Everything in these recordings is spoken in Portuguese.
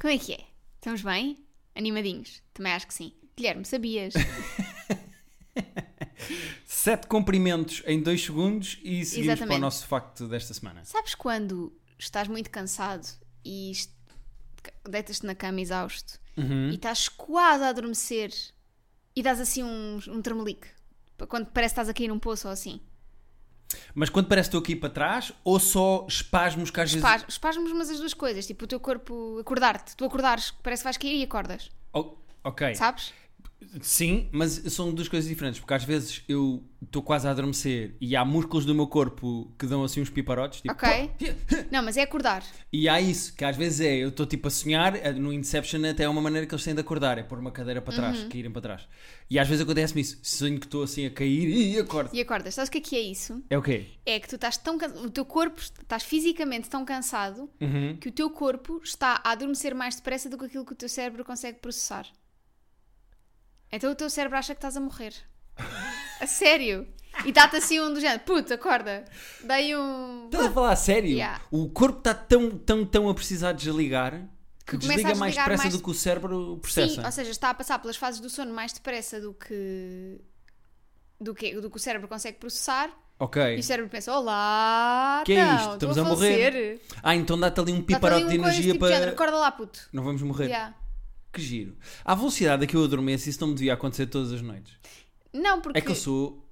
Como é que é? Estamos bem? Animadinhos? Também acho que sim. Guilherme, sabias? Sete cumprimentos em dois segundos e seguimos para Exatamente. o nosso facto desta semana. Sabes quando estás muito cansado e est- deitas-te na cama exausto e estás quase a adormecer e dás assim um, um tremelique? Pa- Quando parece que estás a cair num poço ou assim. Mas quando parece que estou aqui para trás ou só espasmos que às vezes. Espasmos, espasmos, mas as duas coisas. Tipo, o teu corpo acordar-te. Tu acordares, parece que vais cair e acordas. Oh, ok. Sabes? Sim, mas são duas coisas diferentes, porque às vezes eu estou quase a adormecer e há músculos do meu corpo que dão assim uns piparotes, tipo, Ok. Não, mas é acordar. e há isso, que às vezes é, eu estou tipo a sonhar, eh, no Inception até é uma maneira que eles têm de acordar, é pôr uma cadeira para trás, Uhum. caírem para trás. E às vezes acontece-me isso, sonho que estou assim a cair e acordo. E acordas. Sabes o que é que é isso? É o quê? É que tu estás tão cansado. O teu corpo, estás fisicamente tão cansado Uhum. que o teu corpo está a adormecer mais depressa do que aquilo que o teu cérebro consegue processar. Então o teu cérebro acha que estás a morrer. A sério. E dá-te assim um do género. Puto, acorda. Dei um. Estás a falar a sério? Yeah. O corpo está tão, tão, tão a precisar desligar que, Que começa desliga a mais desligar depressa mais- do que o cérebro Sim, processa. ou seja, está a passar pelas fases do sono mais depressa do que. Do que, do que o cérebro consegue processar ok. e o cérebro pensa: Olá, Que é então, isto? Estamos estou a morrer." falecer." Ah, então dá-te ali um Dá-te ali piparote de uma coisa, energia tipo, para. género, Acorda lá, puto. Não vamos morrer. Yeah. Que giro. À velocidade a que eu adormeço, isso não me devia acontecer todas as noites. Não, porque. É que eu sou.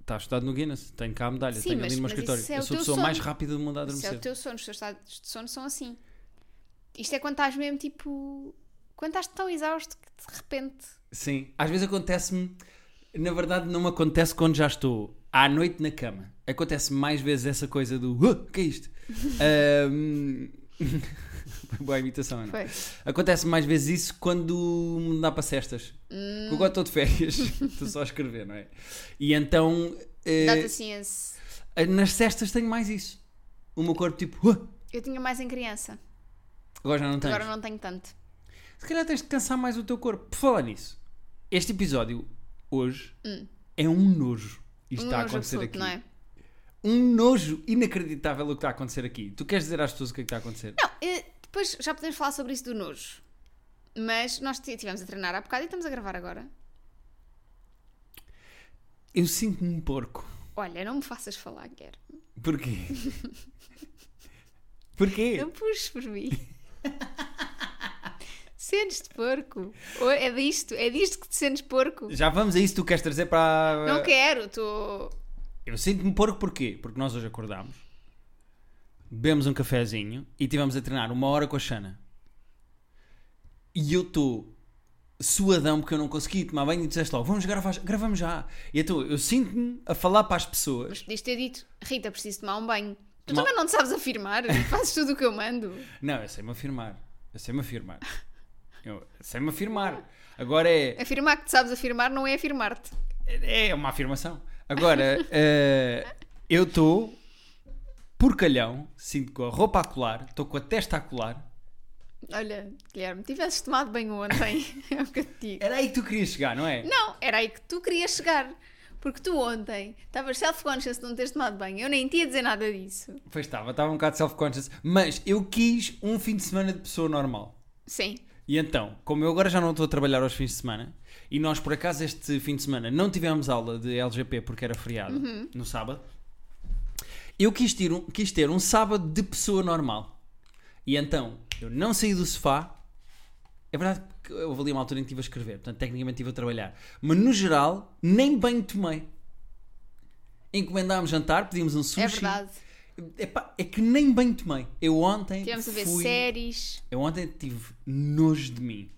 Está estudado no Guinness, tenho cá a medalha, Sim, tenho mas- ali no meu mas escritório. isso é eu o sou a teu pessoa sono. mais rápida do mundo a Isso adormecer. é o teu sono, os teus estados de sono são assim. Isto é quando estás mesmo tipo. Quando estás tão exausto que de repente. Sim, às vezes acontece-me. Na verdade, não me acontece quando já estou à noite na cama. Acontece mais vezes essa coisa do. "Uh, que é isto? Ahm, Boa imitação, não? Foi. Acontece mais vezes isso quando me dá para cestas. Hum. Porque agora estou de férias, estou só a escrever, não é? E então. eh, Dá-te assim esse. Nas cestas tenho mais isso. O meu corpo tipo, "Uah", Eu tinha mais em criança, agora já não tens. agora não tenho tanto. Se calhar tens de cansar mais o teu corpo. Por falar nisso, este episódio, hoje, é um nojo. Isto Hum. Um está a nojo acontecer absoluto, aqui. Não, é? Um nojo inacreditável o que está a acontecer aqui. Tu queres dizer às pessoas o que é que está a acontecer? não eh, depois já podemos falar sobre isso do nojo. Mas nós t- estivemos a treinar há bocado e estamos a gravar agora. Eu sinto-me um porco. Olha, não me faças falar, Guilherme. Porquê? Porquê? Não puxes por mim. Sentes de porco. Ou é disto, é disto que te sentes porco. Já é. vamos a isso que tu queres trazer para... Não quero, estou. Eu sinto-me porco porquê? Porque nós hoje acordámos, bebemos um cafezinho e tivemos a treinar uma hora com a Xana. E eu estou suadão porque eu não consegui tomar banho e disseste logo, vamos gravar, já- gravamos já. E então eu sinto-me a falar para as pessoas. Mas podias ter dito, Rita, preciso tomar um banho. Tu Tomar- também não te sabes afirmar, fazes tudo o que eu mando. Não, eu sei-me afirmar. Eu sei-me afirmar. Eu sei-me afirmar. Agora é, Afirmar que te sabes afirmar não é afirmar-te. é uma afirmação. Agora, eh, eu estou porcalhão, sinto com a roupa a colar, estou com a testa a colar. Olha, Guilherme, tivesses tomado banho ontem, é o que eu te digo. Era aí que tu querias chegar, não é? Não, era aí que tu querias chegar. Porque tu ontem estavas self-conscious de não teres tomado banho. Eu nem te ia dizer nada disso. Pois estava, estava um bocado self-conscious, mas eu quis um fim de semana de pessoa normal. Sim. E então, como eu agora já não estou a trabalhar aos fins de semana, e nós por acaso este fim de semana não tivemos aula de LGP porque era feriado, Uhum. no sábado, eu quis ter, um, quis ter um sábado de pessoa normal. E então, eu não saí do sofá. É verdade que houve ali uma altura em que estive a escrever, portanto, tecnicamente estive a trabalhar. Mas no geral, nem banho tomei. Encomendámos jantar, pedimos um sushi. É verdade. Epá, é que nem bem tomei. Eu ontem. Tivemos a ver fui- séries Eu ontem tive nojo de mim.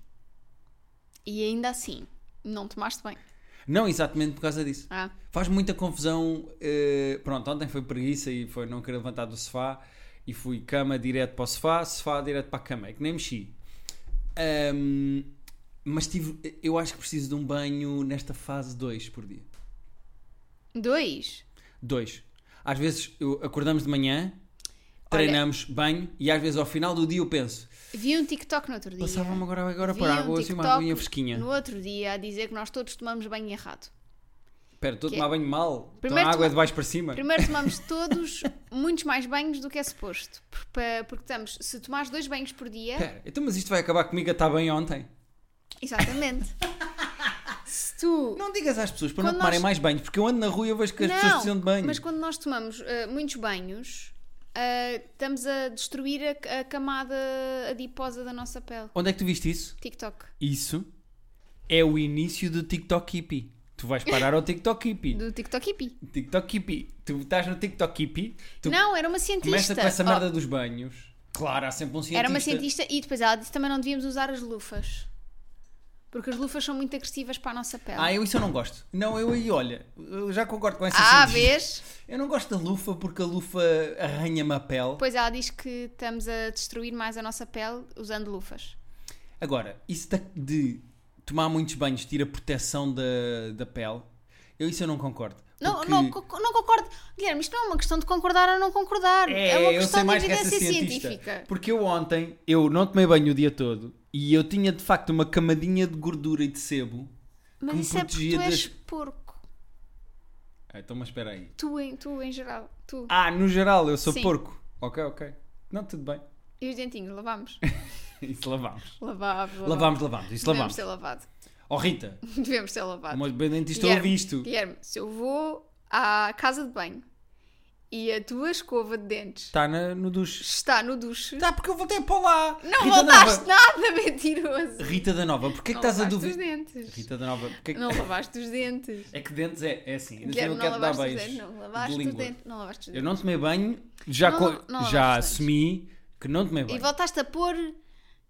e ainda assim não tomaste banho. Não exatamente por causa disso. Ah, Faz muita confusão. eh, pronto, ontem foi preguiça e foi não querer levantar do sofá. E fui cama direto para o sofá, sofá direto para a cama. É que nem mexi. Ahm, mas tive. Eu acho que preciso de um banho nesta fase 2 por dia. dois. Dois. Às vezes eu- acordamos de manhã, treinamos banho e às vezes ao final do dia eu penso. Vi um TikTok no outro dia. Passava-me agora, agora Vi por um água, assim uma TikTok aguinha fresquinha. No outro dia a dizer que nós todos tomamos banho errado. Espera, estou a Que é tomar banho mal. Estou Primeiro na água toma- de baixo para cima. Primeiro tomamos todos muitos mais banhos do que é suposto. Por- pa- Porque estamos, se tomares dois banhos por dia, Espera, então mas isto vai acabar comigo a estar bem ontem. exatamente. Se tu. Não digas às pessoas para Quando não tomarem nós- mais banho, porque eu ando na rua e eu vejo que as pessoas precisam de banho. Mas quando nós tomamos eh, muitos banhos, eh, estamos a destruir a, a camada adiposa da nossa pele. Onde é que tu viste isso? TikTok. Isso é o início do TikTok hippie. Tu vais parar ao TikTok hippie. Do TikTok hippie. TikTok hippie. Tu estás no TikTok hippie. Tu Não, era uma cientista. Então começa com essa Oh, merda dos banhos. Claro, há sempre um cientista. Era uma cientista e depois ela disse também não devíamos usar as lufas. Porque as lufas são muito agressivas para a nossa pele. Ah, eu isso eu não gosto. Não, eu aí, olha, eu já concordo com essa Ah, cientista. vês? Eu não gosto da lufa porque a lufa arranha-me a pele. Pois ela diz que estamos a destruir mais a nossa pele usando lufas. Agora, isso da- de tomar muitos banhos tira proteção da, da pele, eu isso eu não concordo. Não, Porque- não, co- não concordo. Guilherme, isto não é uma questão de concordar ou não concordar. É, uma eu questão sei mais de que essa evidência cientista. científica. Porque eu ontem, eu não tomei banho o dia todo e eu tinha de facto uma camadinha de gordura e de sebo. Mas que me isso é porque protegia tu és das- porco. Ah, então, mas espera aí. Tu em, tu em geral. Tu. Ah, no geral, eu sou Sim. porco. Ok, ok. Não, tudo bem. E os dentinhos, lavamos? Isso lavamos. Lavava. Lavamos, lavamos. Isso Devemos lavamos. ter lavado. Oh, Rita, Devemos ter lavado. o meu dentista Ah, Guilherme, ouve isto. Guilherme, se eu vou à casa de banho e a tua escova de dentes Está na- no duche. está no duche, Tá, porque eu voltei para lá. não Rita voltaste Nova. nada mentiroso. Rita da Nova, porquê é que Não estás a lavaste os duvidar? dentes. Rita da Nova, porquê que... Não lavaste os dentes. É que dentes é, é assim. Eu Guilherme, não não quero dar lavaste os dentes. beijos. Não de lavaste os língua. dentes. Não lavaste os Eu dentes. não tomei banho, já, Não co- la- não já lavaste os assumi que não tomei E banho. voltaste a pôr.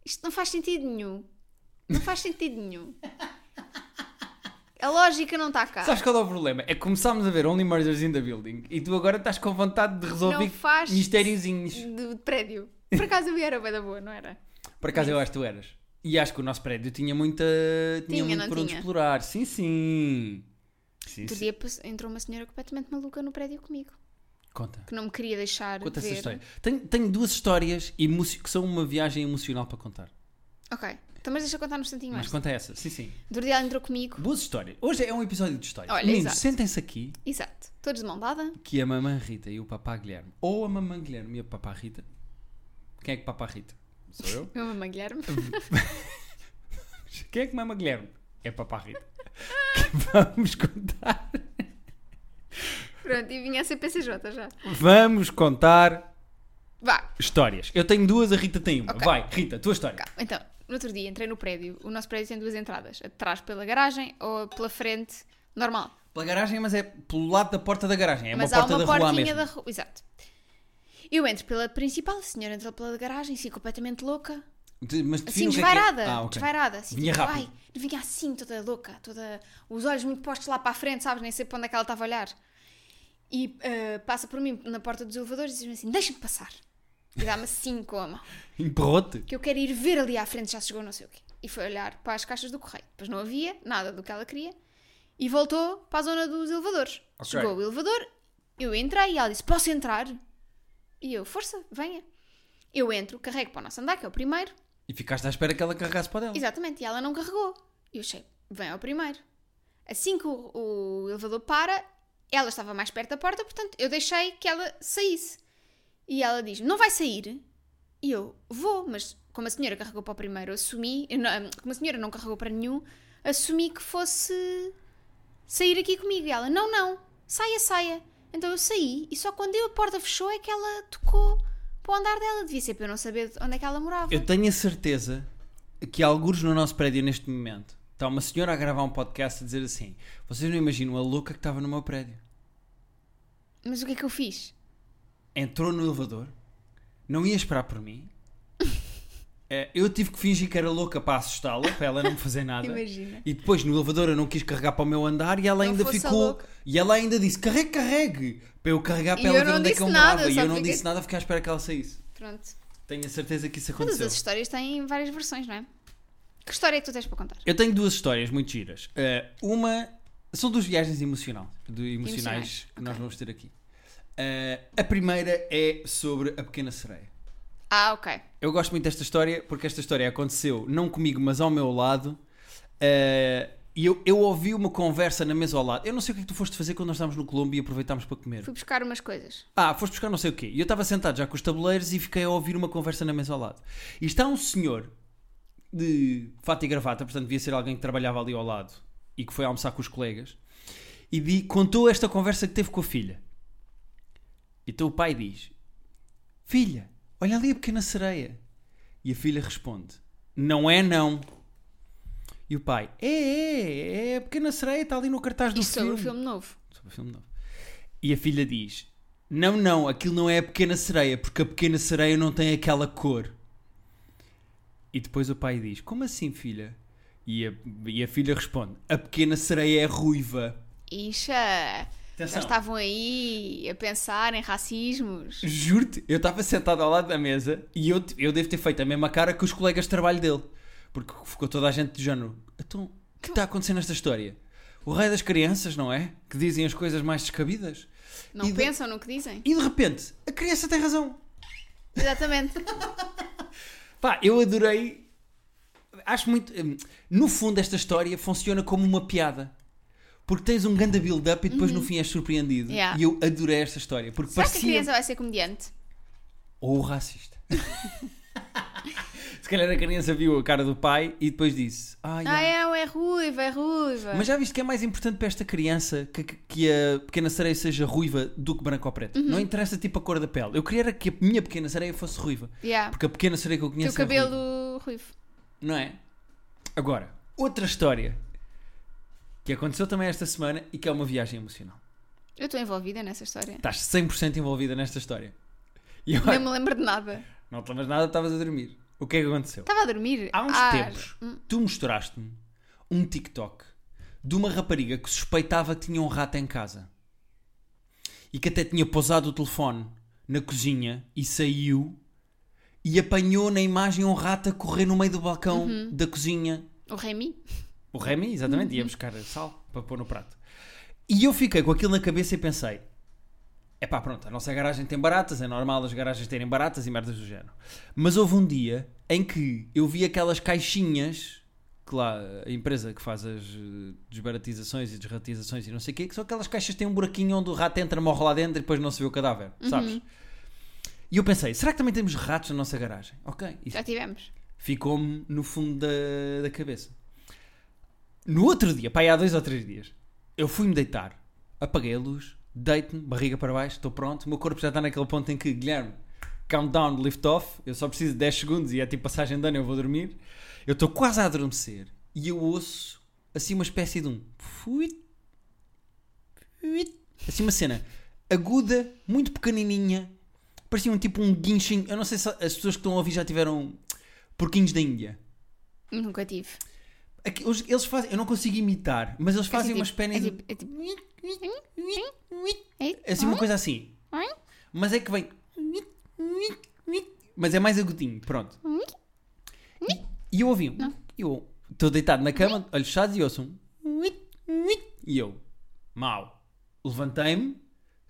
Isto não faz sentido nenhum. Não faz sentido nenhum. A lógica não está cá. Sabes qual é o problema? É que começámos a ver Only Murders in the Building e tu agora estás com vontade de resolver Não faz- mistériozinhos. De prédio. Por acaso eu era bem da boa, não era? Por acaso eu acho que tu eras. E acho que o nosso prédio tinha muita. tinha, Tinha, muito não por onde tinha? explorar. Sim, sim. Sim, Outro sim. dia pass- entrou uma senhora completamente maluca no prédio comigo. Conta. Que não me queria deixar Conta ver. essa história. Tenho, tenho duas histórias emo- que são uma viagem emocional para contar. Ok. Então, mas deixa eu contar um instantinho Mas mais. conta essa. Sim, sim. Outro dia ela entrou comigo. Boas histórias. Hoje é um episódio de histórias. Olha, Meninos, exato. sentem-se aqui. Exato. Todos de mão dada. que a mamã Rita e o papá Guilherme, ou a mamã Guilherme e a papá Rita, quem é que papá Rita? Sou eu. Meu mamãe Guilherme. Quem é que mama Guilherme? É papá Rita. Que vamos contar. Pronto, e vinha a ser PCJ já. Vamos contar Vá. histórias. Eu tenho duas, a Rita tem uma. Ok. Vai, Rita, tua história. Cá. Então, no outro dia entrei no prédio. O nosso prédio tem duas entradas. A de trás pela garagem ou pela frente normal. Pela garagem, mas é pelo lado da porta da garagem. É mas uma há porta uma da rua à portinha mesmo. da rua. Exato. Eu entro pela principal, a senhora entra pela garagem, assim, completamente louca. De- Mas Assim, define o que é que é. desvairada. Ah, ok. Desvairada. Assim, Vinha tipo, rápido. Ai, vinha assim, toda louca, toda. Os olhos muito postos lá para a frente, sabes? Nem sei para onde é que ela estava a olhar. E eh, passa por mim na porta dos elevadores e diz-me assim: deixa-me passar. E dá-me assim com a mão. Emperrou-te. Que eu quero ir ver ali à frente, já chegou não sei o quê. E foi olhar para as caixas do correio. Depois não havia nada do que ela queria. E voltou para a zona dos elevadores. Ok. Chegou o elevador, eu entrei e ela disse: Posso entrar? E eu: Força, venha. Eu entro, carrego para o nosso andar, que é o primeiro. E ficaste à espera que ela carregasse para dela. Exatamente, e ela não carregou. E eu achei, vem ao primeiro. Assim que o, o elevador para, ela estava mais perto da porta, portanto eu deixei que ela saísse. E ela diz: Não vai sair? E eu vou, mas como a senhora carregou para o primeiro, assumi. eu não- Como a senhora não carregou para nenhum, assumi que fosse sair aqui comigo. E ela: Não, não, saia, saia. Então eu saí e só quando eu a porta fechou é que ela tocou para o andar dela. Devia ser para eu não saber onde é que ela morava. Eu tenho a certeza que alguns no nosso prédio neste momento está uma senhora a gravar um podcast a dizer assim: vocês não imaginam a louca que estava no meu prédio. Mas o que é que eu fiz? Entrou no elevador, não ia esperar por mim. Eh, Eu tive que fingir que era louca para assustá-la, para ela não me fazer nada. Imagina. E depois no elevador eu não quis carregar para o meu andar e ela Não ainda fosse a ficou. louca. E ela ainda disse: carregue, carregue! Para eu carregar para E ela eu ver não onde é que disse eu nada, morava. E só eu não fiquei- disse nada, fiquei à espera que ela saísse. Pronto. Tenho a certeza que isso Todas aconteceu. as histórias têm várias versões, não é? Que história é que tu tens para contar? Eu tenho duas histórias muito giras. Eh, uma são duas viagens emocional, de emocionais Emocionais, que nós ok. vamos ter aqui. Eh, a primeira é sobre a pequena sereia. Ah, ok. Eu gosto muito desta história porque esta história aconteceu não comigo, mas ao meu lado. Eh, E eu, eu ouvi uma conversa na mesa ao lado. Eu não sei o que é que tu foste fazer quando nós estávamos no Colômbia e aproveitámos para comer. Fui buscar umas coisas. Ah, foste buscar não sei o quê. E eu estava sentado já com os tabuleiros e fiquei a ouvir uma conversa na mesa ao lado. E está um senhor de fato e gravata, portanto devia ser alguém que trabalhava ali ao lado e que foi almoçar com os colegas, e di- contou esta conversa que teve com a filha. Então o pai diz: Filha, olha ali a pequena sereia. E a filha responde: Não é, não. E o pai: É, é, é a pequena sereia, está ali no cartaz do Isto sobre filme. o filme novo. Sobre o filme novo. E a filha diz: Não, não, aquilo não é a pequena sereia, porque a pequena sereia não tem aquela cor. E depois o pai diz: Como assim, filha? E a, e a filha responde: A pequena sereia é ruiva. Ixa! Já Atenção. é- estavam aí a pensar em racismos. Juro-te, eu estava sentado ao lado da mesa e eu, eu devo ter feito a mesma cara que os colegas de trabalho dele. Porque ficou toda a gente do género. Então, o que está a acontecer nesta história? O rei das crianças, não é? Que dizem as coisas mais descabidas. Não E de- pensam no que dizem? E de repente, a criança tem razão. Exatamente. Pá, eu adorei. Acho muito. hum, No fundo, esta história funciona como uma piada. Porque tens um grande build-up e depois no fim és surpreendido. Uhum. Yeah. E eu adorei esta história. Porque Será que a parecia. criança vai ser comediante? Ou racista. Se calhar a criança viu a cara do pai e depois disse: Ah, yeah. Ah, é, não, é ruiva, é ruiva. Mas já viste que é mais importante para esta criança que, que- que a pequena sereia seja ruiva do que branca ou preta? Uhum. Não interessa tipo a cor da pele. Eu queria era que a minha pequena sereia fosse ruiva. Yeah. Porque a pequena sereia que eu Teu conheço é ruiva. Ah. cabelo ruivo. Não é? Agora, outra história que aconteceu também esta semana e que é uma viagem emocional. Eu estou envolvida nessa história. Estás 100% envolvida nesta história. E eu, Nem me lembro de nada. não estavas nada, estavas a dormir. O que é que aconteceu? Estava a dormir. Há uns Ah, tempos, tu mostraste-me um TikTok de uma rapariga que suspeitava que tinha um rato em casa e que até tinha pousado o telefone na cozinha e saiu e apanhou na imagem um rato a correr no meio do balcão da cozinha O Remy? O Remy, exatamente, ia buscar sal para pôr no prato. E eu fiquei com aquilo na cabeça e pensei: é pá, pronto, a nossa garagem tem baratas, é normal as garagens terem baratas e merdas do género. Mas houve um dia em que eu vi aquelas caixinhas que lá a empresa que faz as eh, desbaratizações e desratizações e não sei o quê, que são aquelas caixas que têm um buraquinho onde o rato entra, morre lá dentro e depois não se vê o cadáver, sabes? E eu pensei: será que também temos ratos na nossa garagem? Ok, isso Já tivemos. ficou-me no fundo da, da cabeça. No outro dia, pá, aí há dois ou três dias, eu fui-me deitar, apaguei a luz, deito-me, barriga para baixo, estou pronto, o meu corpo já está naquele ponto em que, Guilherme, countdown, lift off, eu só preciso de 10 segundos e é tipo passagem de ano, eu vou dormir. Eu estou quase a adormecer e eu ouço assim uma espécie de um fuit, fuit, assim uma cena aguda, muito pequenininha, parecia um tipo um guinchinho, eu não sei se as pessoas que estão a ouvir já tiveram porquinhos da Índia. Nunca tive. Aqui- os- eles fazem, eu não consigo imitar, mas eles fazem tipo- umas penas. é tipo- é É? Assim, uma coisa assim. Mas é que vem. Mas é mais agudinho, pronto. E, e eu ouvi um. Eu estou deitado na cama, olhos fechados e ouço um. E eu, mau. Levantei-me,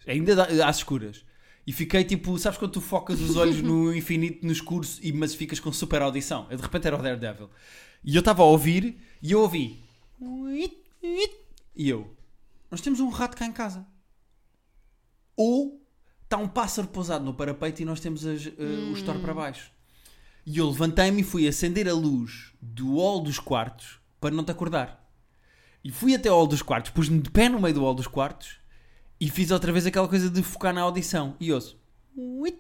ainda dá- às escuras. E fiquei tipo, sabes quando tu focas os olhos no infinito, no escuro, e, mas ficas com super audição? Eu, de repente era o Daredevil. E eu estava a ouvir, e eu ouvi. E eu, nós temos um rato cá em casa. Ou está um pássaro pousado no parapeito e nós temos as, eh, o store para baixo. E eu levantei-me e fui acender a luz do hall dos quartos para não te acordar. E fui até ao hall dos quartos, pus-me de pé no meio do hall dos quartos e fiz outra vez aquela coisa de focar na audição. E ouço, "Uit",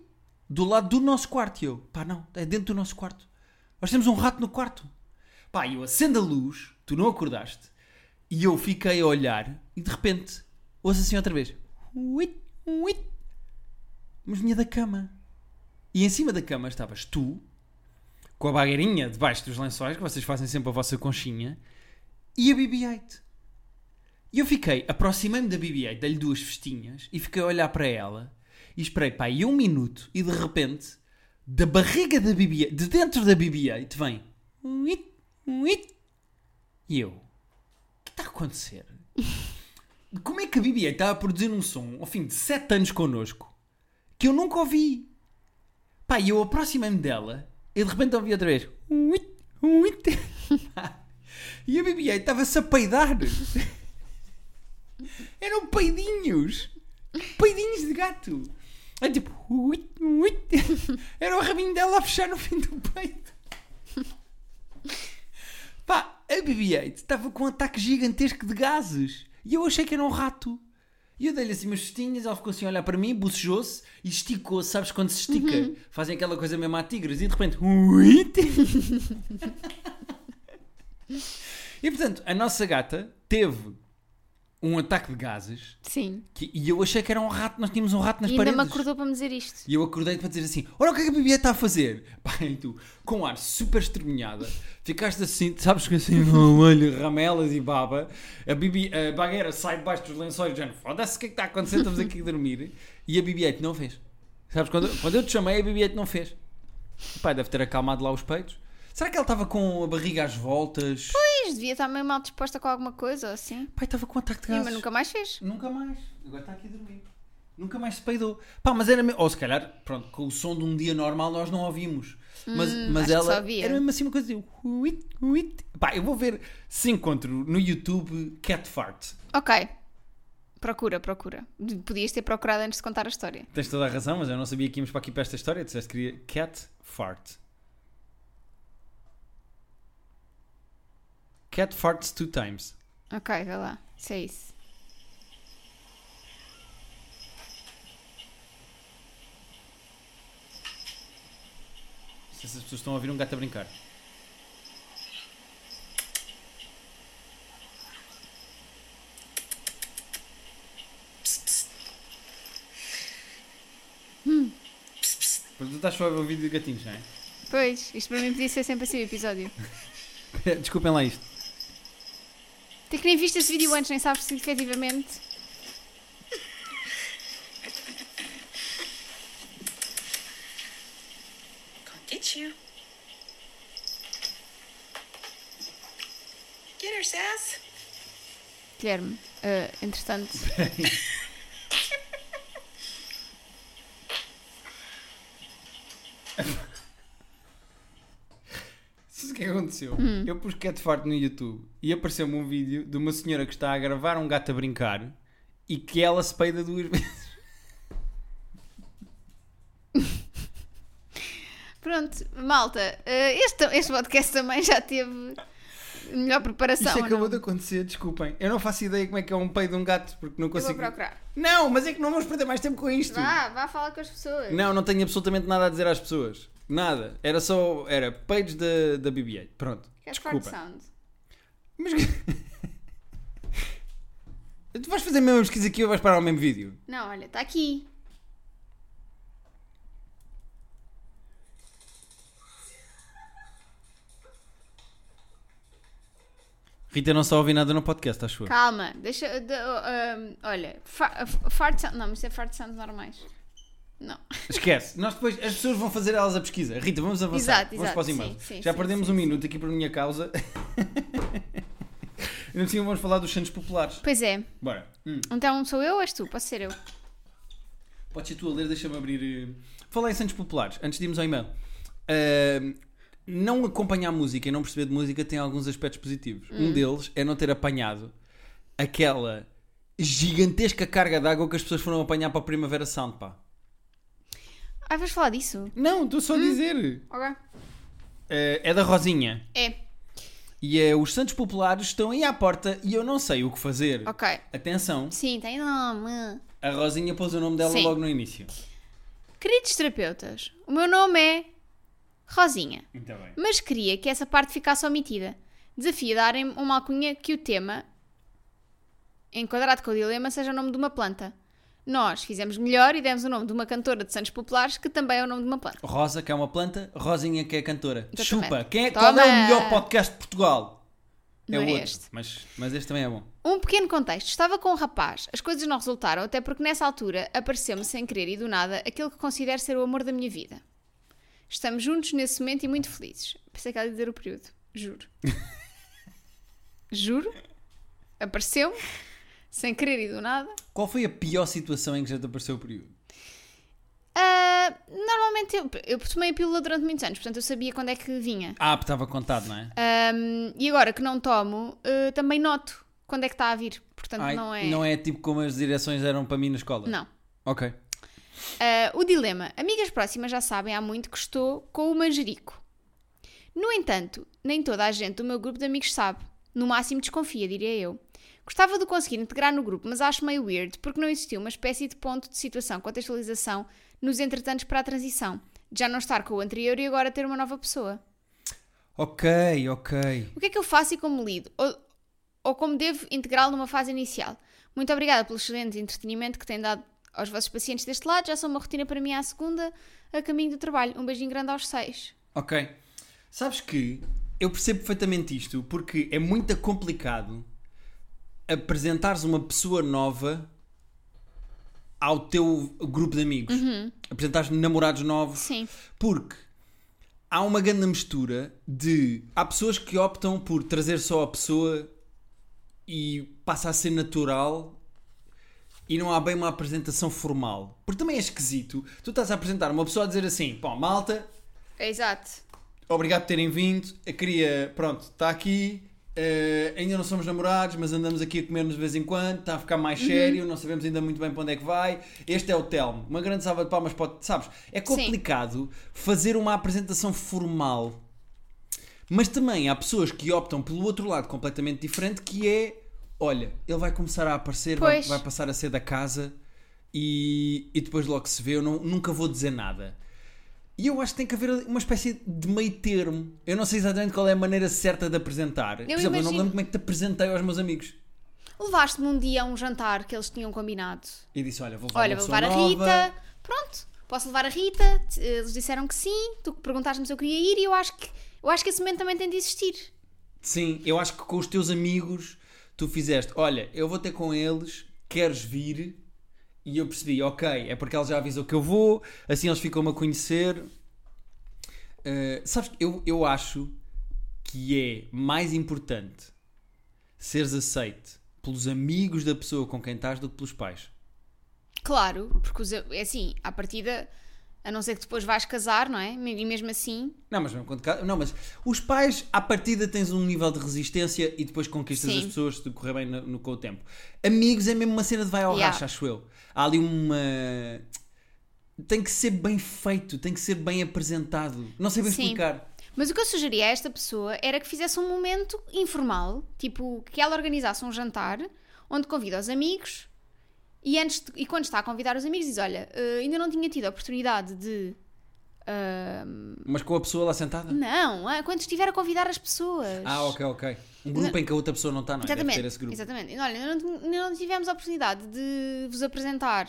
do lado do nosso quarto. E eu, pá, não, é dentro do nosso quarto. Nós temos um rato no quarto. Pá, e eu acendo a luz, tu não acordaste, e eu fiquei a olhar e de repente ouço assim outra vez. Uit, uit. Mas vinha da cama. E em cima da cama estavas tu, com a bagueirinha debaixo dos lençóis, que vocês fazem sempre a vossa conchinha, e a BB-8. E eu fiquei, aproximei-me da BB-8, dei-lhe duas festinhas e fiquei a olhar para ela e esperei pá, aí um minuto e de repente, da barriga da BB-8, de dentro da BB-8, vem. um "Uit, uit". E eu, o que está a acontecer? Como é que a BB-8 está a produzir um som, ao fim de 7 anos connosco, que eu nunca ouvi? Pá, e eu aproximei-me dela e de repente ouvi outra vez. "Uit, uit". E a BB-8 estava-se a peidar. Eram peidinhos. Peidinhos de gato. É tipo... ui, ui. Era o rabinho dela a fechar no fim do peito. Pá, a BB-8 estava com um ataque gigantesco de gases. E eu achei que era um rato. E eu dei-lhe assim umas cestinhas, ela ficou assim a olhar para mim, bocejou-se e esticou-se. Sabes quando se estica? Uhum. Fazem aquela coisa mesmo à tigres e de repente... ui. E portanto, a nossa gata teve um ataque de gases Sim. que- e eu achei que era um rato, nós tínhamos um rato nas E ainda paredes. me acordou para me dizer isto. E eu acordei para dizer assim: Olha o que é que a Bibi está a fazer? Pá, e tu, com um ar super estremunhada, ficaste assim, sabes que assim, um olho, ramelas e baba. A Bibi, a bagueira sai debaixo dos lençóis, dizendo: Foda-se, o que é que está acontecendo? Estamos aqui a dormir. E a Bibi 8 não fez. Sabes, quando, quando eu te chamei, a Bibi 8 não fez. Pá, deve ter acalmado lá os peitos. Será que ela estava com a barriga às voltas? Pois, devia estar meio mal disposta com alguma coisa ou assim. Pai, estava com um ataque de Sim, gases. mas nunca mais fez. Nunca mais. Agora está aqui a dormir. Nunca mais se peidou. Pá, mas era mesmo. Ou se calhar, pronto, com o som de um dia normal nós não ouvimos. Mas, mas Hum, acho que ela. só ouvia. Era mesmo assim uma coisa de. Uit, uit. Pá, eu vou ver se encontro no YouTube Cat Fart. Ok. Procura, procura. Podias ter procurado antes de contar a história. Tens toda a razão, mas eu não sabia que íamos para aqui para esta história. Disseste que queria Cat Fart. Cat farts two times. Ok, vai lá. Isso é isso. Se essas pessoas estão a ouvir um gato a brincar. Pois tu estás só a ouvir de gatinhos, não é? Pois, isto para mim podia ser sempre assim o episódio. Desculpem lá isto. Até que nem viste esse vídeo antes, nem sabes se efetivamente. Come get you. Get her, Sass. Guilherme, ah, entretanto. Sabes o que é que aconteceu? Hum. Eu pus cat fart no YouTube e apareceu-me um vídeo de uma senhora que está a gravar um gato a brincar e que ela se peida duas vezes. Pronto, malta, ah, este, este podcast também já teve melhor preparação. Isto ou acabou não? de acontecer, desculpem. Eu não faço ideia como é que é um peido de um gato porque não Eu vou consigo. procurar. Não, mas é que não vamos perder mais tempo com isto. Vá, vá falar com as pessoas. Não, não tenho absolutamente nada a dizer às pessoas. Nada. Era só. Era peidos da, da BB-8. Pronto. Queres Desculpa. Fart é Sound? Mas. que- tu vais fazer a mesma pesquisa aqui ou vais parar o mesmo vídeo? Não, olha, está aqui. Rita não só ouvi nada no podcast, acho eu. Calma, deixa. de- oh, um, olha, fa- f- fart sound. Não, mas isso é fart sounds normais. Não. Esquece. Nós depois. As pessoas vão fazer elas a pesquisa. Rita, vamos avançar. Exato, Vamos exato. para os e-mails. Sim, sim, Já sim, perdemos sim, um sim. minuto aqui por minha causa. Ainda por cima vamos falar dos Santos Populares. Pois é. Bora. Hum. Então sou eu ou és tu? Posso ser eu? Podes ser tu a ler, deixa-me abrir. eh, Falar em Santos Populares, antes de irmos ao e-mail. Ahm, não acompanhar música e não perceber de música tem alguns aspectos positivos. Um deles é não ter apanhado aquela gigantesca carga de água que as pessoas foram apanhar para a Primavera Sound, pá. Ah, vais falar disso? Não, estou só a dizer. Ok. Eh, é da Rosinha. É, E é os Santos Populares estão aí à porta e eu não sei o que fazer. ok. Atenção, Sim, tem nome. a Rosinha pôs o nome dela Sim. logo no início. Queridos terapeutas, o meu nome é. Rosinha. Muito bem. Mas queria que essa parte ficasse omitida. Desafio a darem-me uma alcunha que o tema, enquadrado com o dilema, seja o nome de uma planta. Nós fizemos melhor e demos o nome de uma cantora de Santos Populares, que também é o nome de uma planta. Rosa, que é uma planta, Rosinha, que é cantora. Exatamente. Chupa! Quem é, Toma! qual é o melhor podcast de Portugal? Não é outro. este. Mas, mas este também é bom. Um pequeno contexto. Estava com um rapaz, as coisas não resultaram, até porque nessa altura apareceu-me sem querer e do nada aquele que considero ser o amor da minha vida. Estamos juntos nesse momento e muito felizes. Pensei que ela ia dizer o período. Juro. Juro. Apareceu-me, sem querer e do nada. Qual foi a pior situação em que já te apareceu o período? Ah, Ah, normalmente eu, eu tomei a pílula durante muitos anos, portanto eu sabia quando é que vinha. Ah, estava contado, não é? Ah, Ahm, e agora que não tomo, ah, também noto quando é que está a vir. Portanto, Ai, não é. não é tipo como as direções eram para mim na escola? Não. Ok. Ah, o dilema. Amigas próximas já sabem há muito que estou com o manjerico. No entanto, nem toda a gente do meu grupo de amigos sabe. No máximo desconfia, diria eu. Gostava de conseguir integrar no grupo, mas acho meio weird porque não existiu uma espécie de ponto de situação, contextualização nos entretantos para a transição. De já não estar com o anterior e agora ter uma nova pessoa. Ok, ok. O que é que eu faço e como lido? Ou, ou como devo integrá-lo numa fase inicial? Muito obrigada pelo excelente entretenimento que têm dado aos vossos pacientes deste lado. Já são uma rotina para mim à segunda, a caminho do trabalho. Um beijinho grande aos seis. Ok. Sabes que eu percebo perfeitamente isto porque é muito complicado apresentares uma pessoa nova ao teu grupo de amigos. Uhum. Apresentares namorados novos. Sim. Porque há uma grande mistura de. Há pessoas que optam por trazer só a pessoa e passa a ser natural e não há bem uma apresentação formal. Porque também é esquisito. Tu estás a apresentar uma pessoa a dizer assim: pá, malta, Exato. obrigado por terem vindo. Eu queria, pronto, está aqui. eh, ainda não somos namorados, mas andamos aqui a comer-nos de vez em quando. Está a ficar mais sério, não sabemos ainda muito bem para onde é que vai. Este é o Telmo. Uma grande salva de palmas para o. Sabes? É complicado fazer uma apresentação formal. Mas também há pessoas que optam pelo outro lado completamente diferente que é: olha, ele vai começar a aparecer, vai, Pois. vai passar a ser da casa e, e depois logo se vê. Eu não- nunca vou dizer nada. E eu acho que tem que haver uma espécie de meio termo. Eu não sei exatamente qual é a maneira certa de apresentar. Por exemplo, eu não imagino- lembro como é que te apresentei aos meus amigos. Levaste-me um dia a um jantar que eles tinham combinado. E disse: Olha, vou levar, Olha, uma vou pessoa levar a nova. Rita. Pronto, posso levar a Rita. T- Eles disseram que sim. Tu perguntaste-me se eu queria ir e eu acho que, eu acho que esse momento também tem de existir. Sim, eu acho que com os teus amigos tu fizeste: Olha, eu vou ter com eles, queres vir? E eu percebi: Ok, é porque ela já avisou que eu vou, assim eles ficam-me a conhecer. Eh, sabes, eu, eu acho que é mais importante seres aceite pelos amigos da pessoa com quem estás do que pelos pais. Claro, porque os, é assim, à partida, a não ser que depois vais casar, não é? E mesmo assim, Não, mas mesmo quando ca- Não, mas os pais, à partida, tens um nível de resistência e depois conquistas Sim. as pessoas se correr bem no, no- com o tempo. Amigos é mesmo uma cena de vai ao Yeah. racha, acho eu. Há ali uma. Tem que ser bem feito, tem que ser bem apresentado. Não sei bem Sim. explicar. Mas o que eu sugeria a esta pessoa era que fizesse um momento informal, tipo que ela organizasse um jantar onde convida os amigos e, antes de- e quando está a convidar os amigos diz: Olha, eh, ainda não tinha tido a oportunidade de. ah, Mas com a pessoa lá sentada? não, ah, quando estiver a convidar as pessoas. Ah, ok, ok. Um grupo em que a outra pessoa não está, não é? Deve ter Exatamente. esse grupo. Exatamente. Olha, ainda não, ainda não tivemos a oportunidade de vos apresentar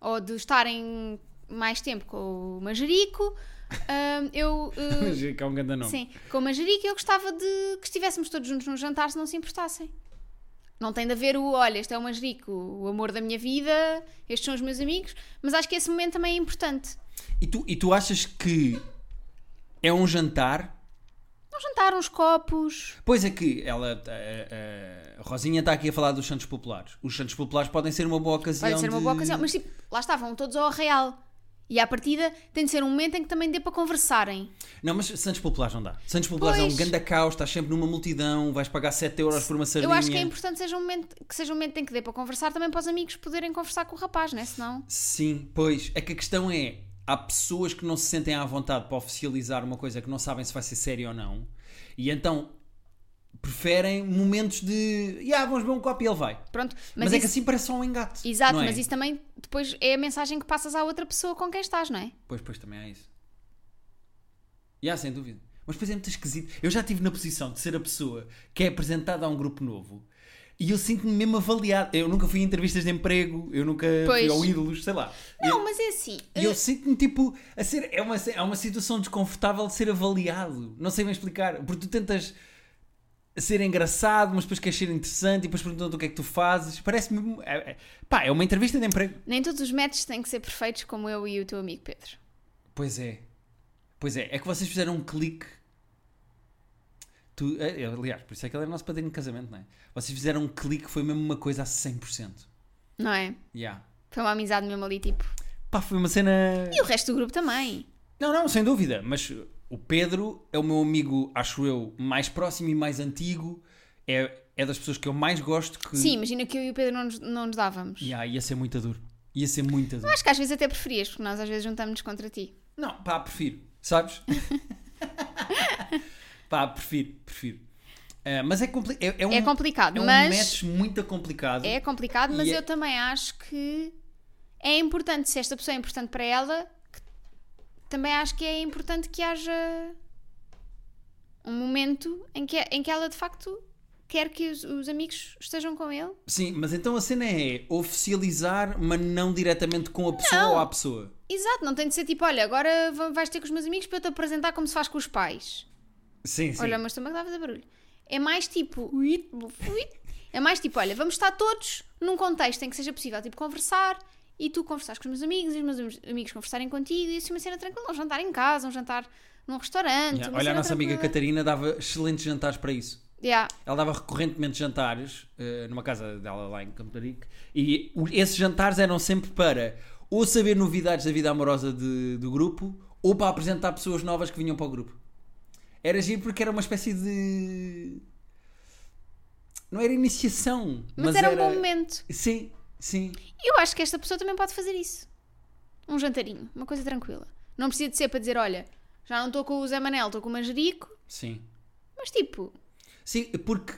ou de estarem mais tempo com o Manjerico. Ah, eu. eh, Mas é que é um grande nome. Sim, com o manjerico eu gostava de que estivéssemos todos juntos num jantar se não se importassem. Não tem de haver o, olha, este é o manjerico, o amor da minha vida, estes são os meus amigos, mas acho que esse momento também é importante. E, tu, e tu achas que é um jantar Um jantar, uns copos. Pois é que ela, a, a- a Rosinha está aqui a falar dos Santos Populares. Os Santos Populares podem ser uma boa ocasião. Pode ser uma boa de- ocasião, mas tipo, lá estavam todos ao real. E à partida tem de ser um momento em que também dê para conversarem. Não, mas Santos Populares não dá. Santos Populares é um Pois. ganda caos, estás sempre numa multidão, vais pagar 7 euros por uma sardinha. Eu acho que é importante seja um momento, que seja um momento em que dê para conversar também para os amigos poderem conversar com o rapaz, né? Senão. Sim, pois. É que a questão é: há pessoas que não se sentem à vontade para oficializar uma coisa que não sabem se vai ser séria ou não. E então preferem momentos de. Ah, vamos ver um copo e ele vai. Pronto. Mas, Mas, é que isso- assim parece só um engate. Exato, não é? mas isso também depois é a mensagem que passas à outra pessoa com quem estás, não é? Pois, pois, também há isso. E há, sem dúvida. Mas, por exemplo, é muito esquisito. Eu já estive na posição de ser a pessoa que é apresentada a um grupo novo e eu sinto-me mesmo avaliado. Eu nunca fui a entrevistas de emprego, eu nunca fui Pois. ao ídolos, sei lá. Não, mas é assim. E eu sinto-me tipo a ser. É uma, é uma situação desconfortável de ser avaliado. Não sei bem explicar. Porque tu tentas ser engraçado, mas depois queres ser interessante e depois perguntam-te o que é que tu fazes. Parece-me. mesmo- é- é- pá, é uma entrevista de emprego. Nem todos os métodos têm que ser perfeitos como eu e o teu amigo Pedro. Pois é. Pois é, é que vocês fizeram um clique. Tu, eh, aliás, por isso é que ele era nosso padrinho de casamento, não é? Vocês fizeram um clique, foi mesmo uma coisa a 100%. Não é? Yeah. Foi uma amizade mesmo ali, tipo. Pá, foi uma cena. E o resto do grupo também. Não, não, sem dúvida. Mas o Pedro é o meu amigo, acho eu, mais próximo e mais antigo. É, é das pessoas que eu mais gosto. Que... Sim, imagina que eu e o Pedro não nos, não nos dávamos. Ya, ia ser muito duro. Ia ser muito duro. Acho que às vezes até preferias, porque nós às vezes juntamos-nos contra ti. Não, pá, prefiro. Sabes? pá, prefiro, prefiro. Ah, mas é, compli é, é um, é complicado, é um mas. match muito complicado. É complicado, mas E é- eu também acho que é importante, se esta pessoa é importante para ela, que- também acho que é importante que haja um momento em que, em que ela de facto quer que os, os amigos estejam com ele. Sim, mas então a cena é oficializar, mas não diretamente com a pessoa ou à pessoa. Exato, não tem de ser tipo, olha, agora va- vais ter com os meus amigos para eu te apresentar como se faz com os pais. Sim, sim. Olha, mas também estava a fazer barulho. É mais tipo. "Uit, uit." É mais tipo, olha, vamos estar todos num contexto em que seja possível, tipo, conversar e tu conversares com os meus amigos e os meus am- amigos conversarem contigo e assim uma cena tranquila, um jantar em casa, um jantar num restaurante. Ya, uma Olha, cena a nossa amiga tranquila. Catarina dava excelentes jantares para isso. Yeah. Ela dava recorrentemente jantares eh, numa casa dela lá em Camparique e o- esses jantares eram sempre para ou saber novidades da vida amorosa de- do grupo ou para apresentar pessoas novas que vinham para o grupo. Era giro porque era uma espécie de. Não era iniciação, Mas, mas, era, um bom momento. Sim, sim. Eu acho que esta pessoa também pode fazer isso. Um jantarinho, uma coisa tranquila. Não precisa de ser para dizer, olha, já não estou com o Zé Manel, estou com o Manjerico, Sim. mas tipo, Sim, porque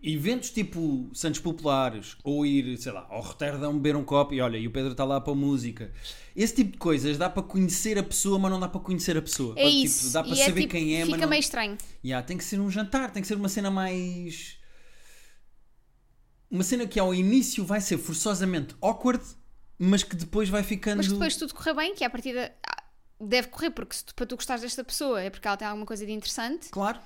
eventos tipo Santos Populares ou ir, sei lá, ao Roterdão beber um copo e olha, e o Pedro está lá para a música. Esse tipo de coisas dá para conhecer a pessoa, mas não dá para conhecer a pessoa. é Ou, tipo, isso. dá para E é, saber tipo, quem é, Fica mas não... meio estranho. Yeah, tem que ser um jantar, tem que ser uma cena mais uma cena que ao início vai ser forçosamente awkward, mas que depois vai ficando Mas que depois tudo correr bem, que à partida ah, deve correr, porque se tu- para tu gostares desta pessoa é porque ela tem alguma coisa de interessante. Claro.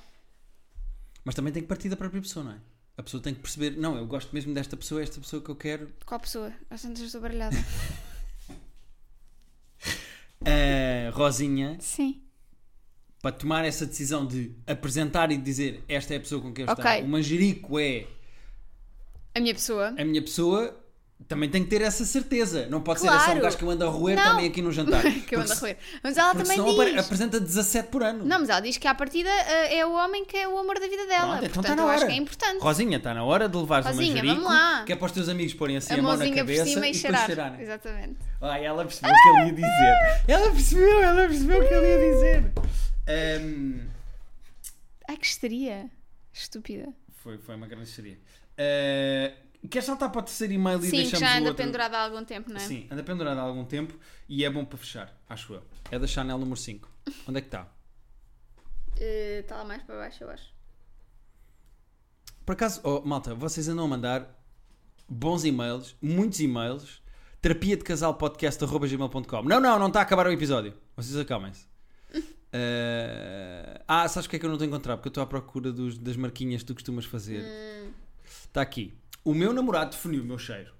Mas também tem que partir da própria pessoa, não é? A pessoa tem que perceber, não, eu gosto mesmo desta pessoa, é esta pessoa que eu quero, Qual pessoa? Às tantas eu estou baralhada. a Rosinha Sim. para tomar essa decisão de apresentar e dizer esta é a pessoa com quem eu Ok. estou. O manjerico é A minha pessoa. a minha pessoa, também tem que ter essa certeza. Não pode ser é só um Claro. gajo que eu ando a roer Não. também aqui no jantar. que eu ando a roer. Mas ela Porque também senão apare- diz. apresenta 17 por ano. Não, mas ela diz que à partida ah, é o homem que é o amor da vida dela. Pronto, então Portanto, tá na eu acho hora. que é importante. Rosinha, está na hora de levares Rosinha, o manjerico, vamos lá. que é para os teus amigos porem assim a, a mão na mãozinha por cabeça cima e depois né? cheirar. cheirarem. Exatamente. Ai, ela percebeu o que ele ia dizer. Ela percebeu, ela percebeu o que ele ia dizer. Ahm, Ai, que histeria. Estúpida. foi, foi uma grande seria. queres saltar para o terceiro e-mail e Sim, que deixamos já o anda outro? pendurada há algum tempo, não é? Sim, anda pendurada há algum tempo e é bom para fechar, acho eu. É da Chanel número 5. Onde é que está? Eh, Está lá mais para baixo, eu acho. Por acaso, oh, malta, vocês andam a mandar bons e-mails, muitos e-mails, terapia de casal podcast Não, não, não está a acabar o episódio. Vocês acalmem-se. Eh, ah, sabes porque é que eu não estou a encontrar? Porque eu estou à procura dos- das marquinhas que tu costumas fazer. Está aqui. O meu namorado definiu o meu cheiro.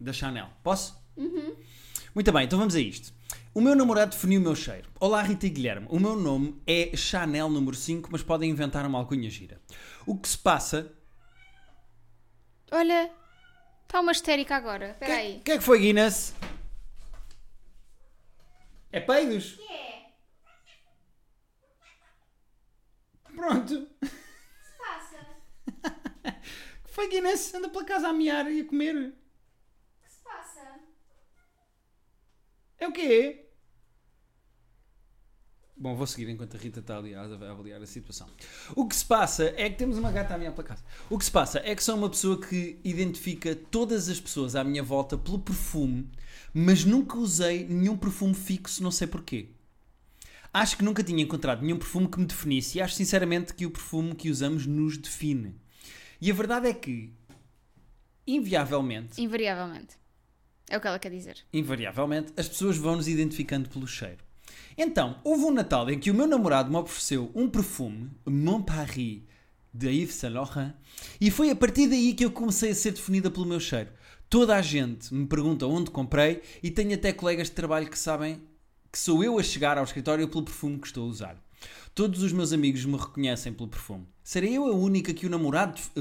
Da Chanel. Posso? Muito bem, então vamos a isto. O meu namorado definiu o meu cheiro. Olá, Rita e Guilherme. O meu nome é Chanel número 5, mas podem inventar uma alcunha gira. O que se passa. Olha, está uma histérica agora. Espera Quem aí. quem é que foi, Guinness? É peidos? é? Pronto. Passa. Que foi, Guinness? Anda pela casa a miar e a comer. Passa. É o quê? Bom, vou seguir enquanto a Rita está ali a a avaliar a situação. O que se passa é que temos uma gata à minha pela casa. O que se passa é que sou uma pessoa que identifica todas as pessoas à minha volta pelo perfume, mas nunca usei nenhum perfume fixo, não sei porquê. Acho que nunca tinha encontrado nenhum perfume que me definisse e acho sinceramente que o perfume que usamos nos define. E a verdade é que, inviavelmente, Invariavelmente. É o que ela quer dizer. Invariavelmente, as pessoas vão-nos identificando pelo cheiro. Então, houve um Natal em que o meu namorado me ofereceu um perfume, Montparis, de Yves Saint Laurent, e foi a partir daí que eu comecei a ser definida pelo meu cheiro. Toda a gente me pergunta onde comprei e tenho até colegas de trabalho que sabem que sou eu a chegar ao escritório pelo perfume que estou a usar. Todos os meus amigos me reconhecem pelo perfume. serei eu a única que o namorado, eh,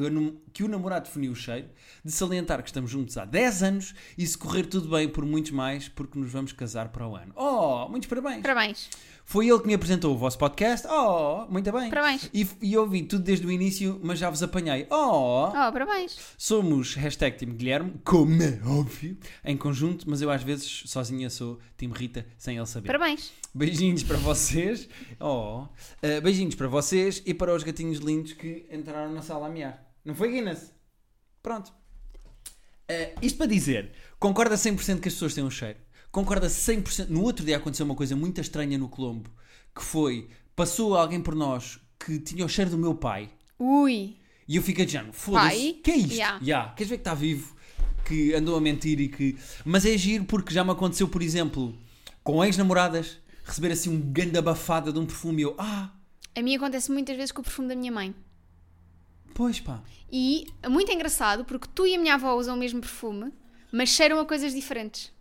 que o namorado definiu o cheiro, de salientar que estamos juntos há 10 anos e se correr tudo bem por muitos mais, porque nos vamos casar para o ano. Oh, muitos parabéns! Parabéns. Foi ele que me apresentou o vosso podcast. Oh, muito bem. Parabéns. E, e ouvi tudo desde o início, mas já vos apanhei. Oh, Oh, parabéns. somos hashtag Time Guilherme, como é óbvio, em conjunto, mas eu às vezes sozinha sou Time Rita, sem ele saber. Parabéns. Beijinhos para vocês. Oh, Ah, beijinhos para vocês e para os gatinhos lindos que entraram na sala a miar. Não foi, Guinness? Pronto. Ah, isto para dizer, concorda 100% que as pessoas têm um cheiro. Concorda 100%. No outro dia aconteceu uma coisa muito estranha no Colombo, que foi, passou alguém por nós que tinha o cheiro do meu pai. Ui. E eu fiquei de género, foda-se, Pai? que é isto? Ya. Ya, Queres ver que está vivo? Que andou a mentir e que... Mas é giro porque já me aconteceu, por exemplo, com ex-namoradas, receber assim um grande abafada de um perfume e eu, ah, A mim acontece muitas vezes com o perfume da minha mãe. pois pá. E é muito engraçado porque tu e a minha avó usam o mesmo perfume, mas cheiram a coisas diferentes.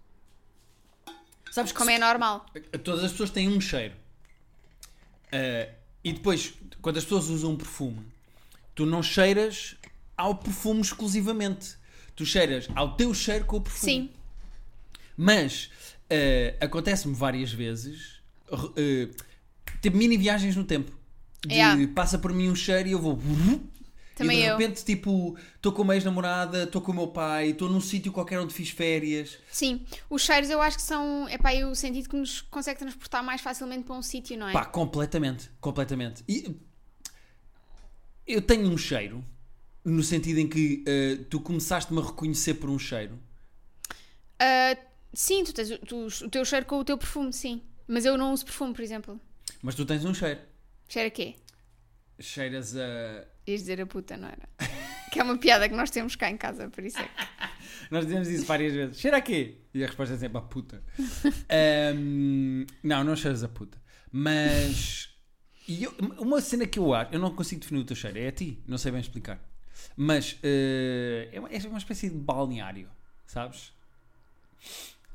Sabes que Como é normal. se- todas as pessoas têm um cheiro. Ah, e depois, quando as pessoas usam um perfume, tu não cheiras ao perfume exclusivamente. Tu cheiras ao teu cheiro com o perfume. Sim. Mas eh, acontece-me várias vezes r- eh, tipo mini viagens no tempo. De, Yeah. Passa por mim um cheiro e eu vou. Também e de eu. repente, tipo, estou com uma ex-namorada, estou com o meu pai, estou num sítio qualquer onde fiz férias. Sim. Os cheiros eu acho que são. É pá, é o sentido que nos consegue transportar mais facilmente para um sítio, não é? Pá, completamente, completamente. E eu tenho um cheiro, no sentido em que eh, tu começaste-me a reconhecer por um cheiro. Ah, sim, tu tens o, tu- o teu cheiro com o teu perfume, sim. Mas eu não uso perfume, por exemplo. Mas tu tens um cheiro. Cheira a quê? Cheiras a. Ias dizer a puta, não era? Que é uma piada que nós temos cá em casa, por isso é que. Nós dizemos isso várias vezes. Cheira a quê? E a resposta é sempre a puta. Ahm, não, não cheiras a puta. Mas. e eu- uma cena que eu acho, eu não consigo definir o teu cheiro, é a ti, não sei bem explicar. Mas eh, é, uma, é uma espécie de balneário, sabes?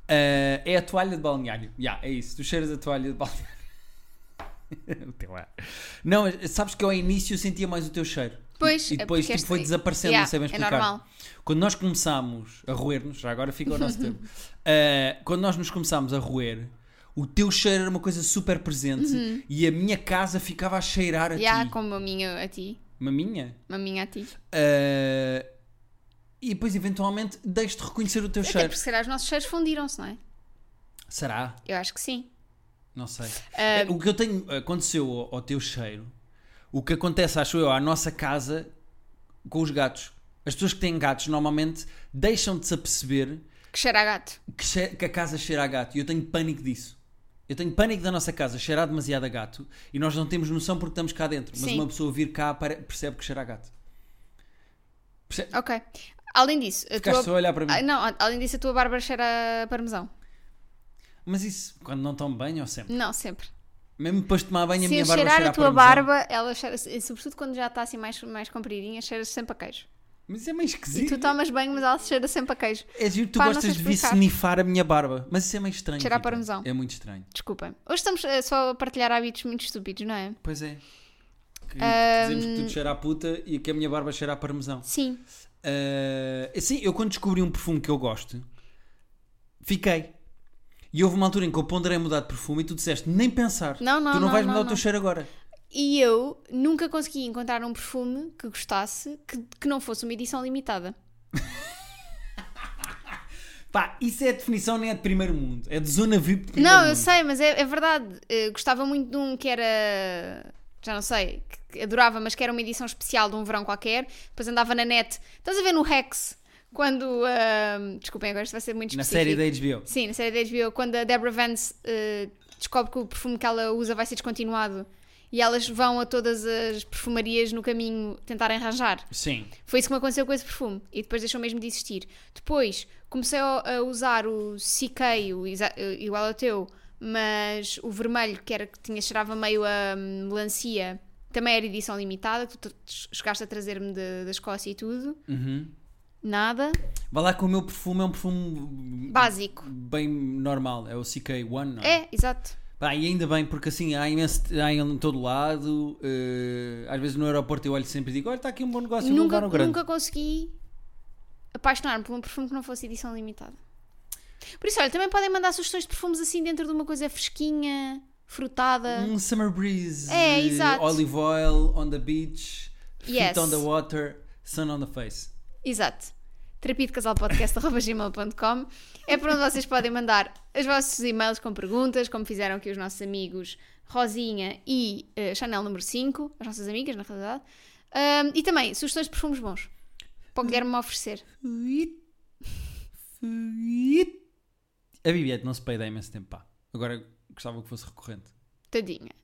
Ah, é a toalha de balneário. Já, é isso. Tu cheiras a toalha de balneário. o teu ar. Não, mas sabes que ao início eu sentia mais o teu cheiro. Pois, E é depois porque tipo, foi esta- desaparecendo, Yeah, não sei bem é explicar. normal. Quando nós começámos a roer-nos, já agora fica o nosso tempo. uh, quando nós nos começámos a roer, o teu cheiro era uma coisa super presente e a minha casa ficava a cheirar a Já, ti. como a minha a ti. Uma minha? Maminha a ti. Uh, e depois, eventualmente, deixo-te reconhecer o teu Até cheiro. porque se calhar os nossos cheiros fundiram-se, não é? Será? Eu acho que sim. Não sei. É, O que eu tenho aconteceu ao, ao teu cheiro, o que acontece, acho eu, à nossa casa com os gatos. As pessoas que têm gatos normalmente deixam de se aperceber Que cheira a gato. que, che- que a casa cheira a gato e eu tenho pânico disso. Eu tenho pânico da nossa casa cheirar demasiado a gato e nós não temos noção porque estamos cá dentro. Mas Sim. uma pessoa vir cá pare- percebe que cheira a gato. Perce- Ok. Além disso, a Ficaste só a tua. olhar para mim. Ah, não, a- além disso, a tua Bárbara cheira a parmesão. Mas isso, quando não estão bem ou sempre? Não, sempre. Mesmo depois de tomar banho, a Se minha eu barba cheirar cheira a tua parmesão. barba, ela cheira, e sobretudo quando já está assim mais, mais compridinha, cheira sempre a queijo. Mas isso é meio E esquisito. tu tomas banho, mas ela cheira sempre a queijo. É giro, que tu Pá, não sei gostas de vir explicar. snifar a minha barba. Mas isso é meio estranho. Cheira a Rita. parmesão. É muito estranho. Desculpem. Hoje estamos eh, só a partilhar hábitos muito estúpidos, não é? Pois é. Que Dizemos que tudo cheira a puta e que a minha barba cheira a parmesão. Sim. Ah, sim, eu quando descobri um perfume que eu gosto, fiquei. E houve uma altura em que eu ponderei mudar de perfume e tu disseste nem pensar. Não, não, tu não, não, vais não, mudar o não. teu cheiro agora. E eu nunca consegui encontrar um perfume que gostasse que, que não fosse uma edição limitada. Pá, isso é a definição, nem é de primeiro mundo. É de zona VIP de primeiro Não, eu mundo. sei, mas é, é verdade. Eh, gostava muito de um que era. Já não sei, que- que adorava, mas que era uma edição especial de um verão qualquer. Depois andava na net. Estás a ver no Rex? Quando. ah, desculpem, agora isto vai ser muito Na específico. série da HBO. Sim, na série da HBO, quando a Deborah Vance eh, descobre que o perfume que ela usa vai ser descontinuado e elas vão a todas as perfumarias no caminho tentarem arranjar. Sim. Foi isso que me aconteceu com esse perfume e depois deixou mesmo de existir. Depois comecei a a usar o CK, o exa- eh, igual ao teu, mas o vermelho, que era que tinha cheirava meio a hum, melancia, também era edição limitada, que tu t- chegaste a trazer-me de- da Escócia e tudo. Uhum. Nada. Vá lá que o meu perfume é um perfume Básico. bem normal. É o CK1, não é? É, exato. Pá, e ainda bem, porque assim há imenso. Há em todo lado. eh, às vezes no aeroporto eu olho sempre e digo: olha, está aqui um bom negócio, vou nunca, levar um grande. nunca consegui apaixonar-me por um perfume que não fosse edição limitada. Por isso, olha, também podem mandar sugestões de perfumes assim dentro de uma coisa fresquinha, frutada. Um summer breeze. É, eh, exato. Olive oil on the beach. Yes. Feet on the water. Sun on the face. Exato. Terapia de casal podcast.gmail.com é para onde vocês podem mandar os vossos e-mails com perguntas, como fizeram aqui os nossos amigos Rosinha e eh, Chanel número 5, as nossas amigas, na realidade. Ahm, e também sugestões de perfumes bons para o Guilherme me oferecer. é A Bibiette não se peida há imenso tempo, pá. Agora gostava que fosse recorrente. Tadinha.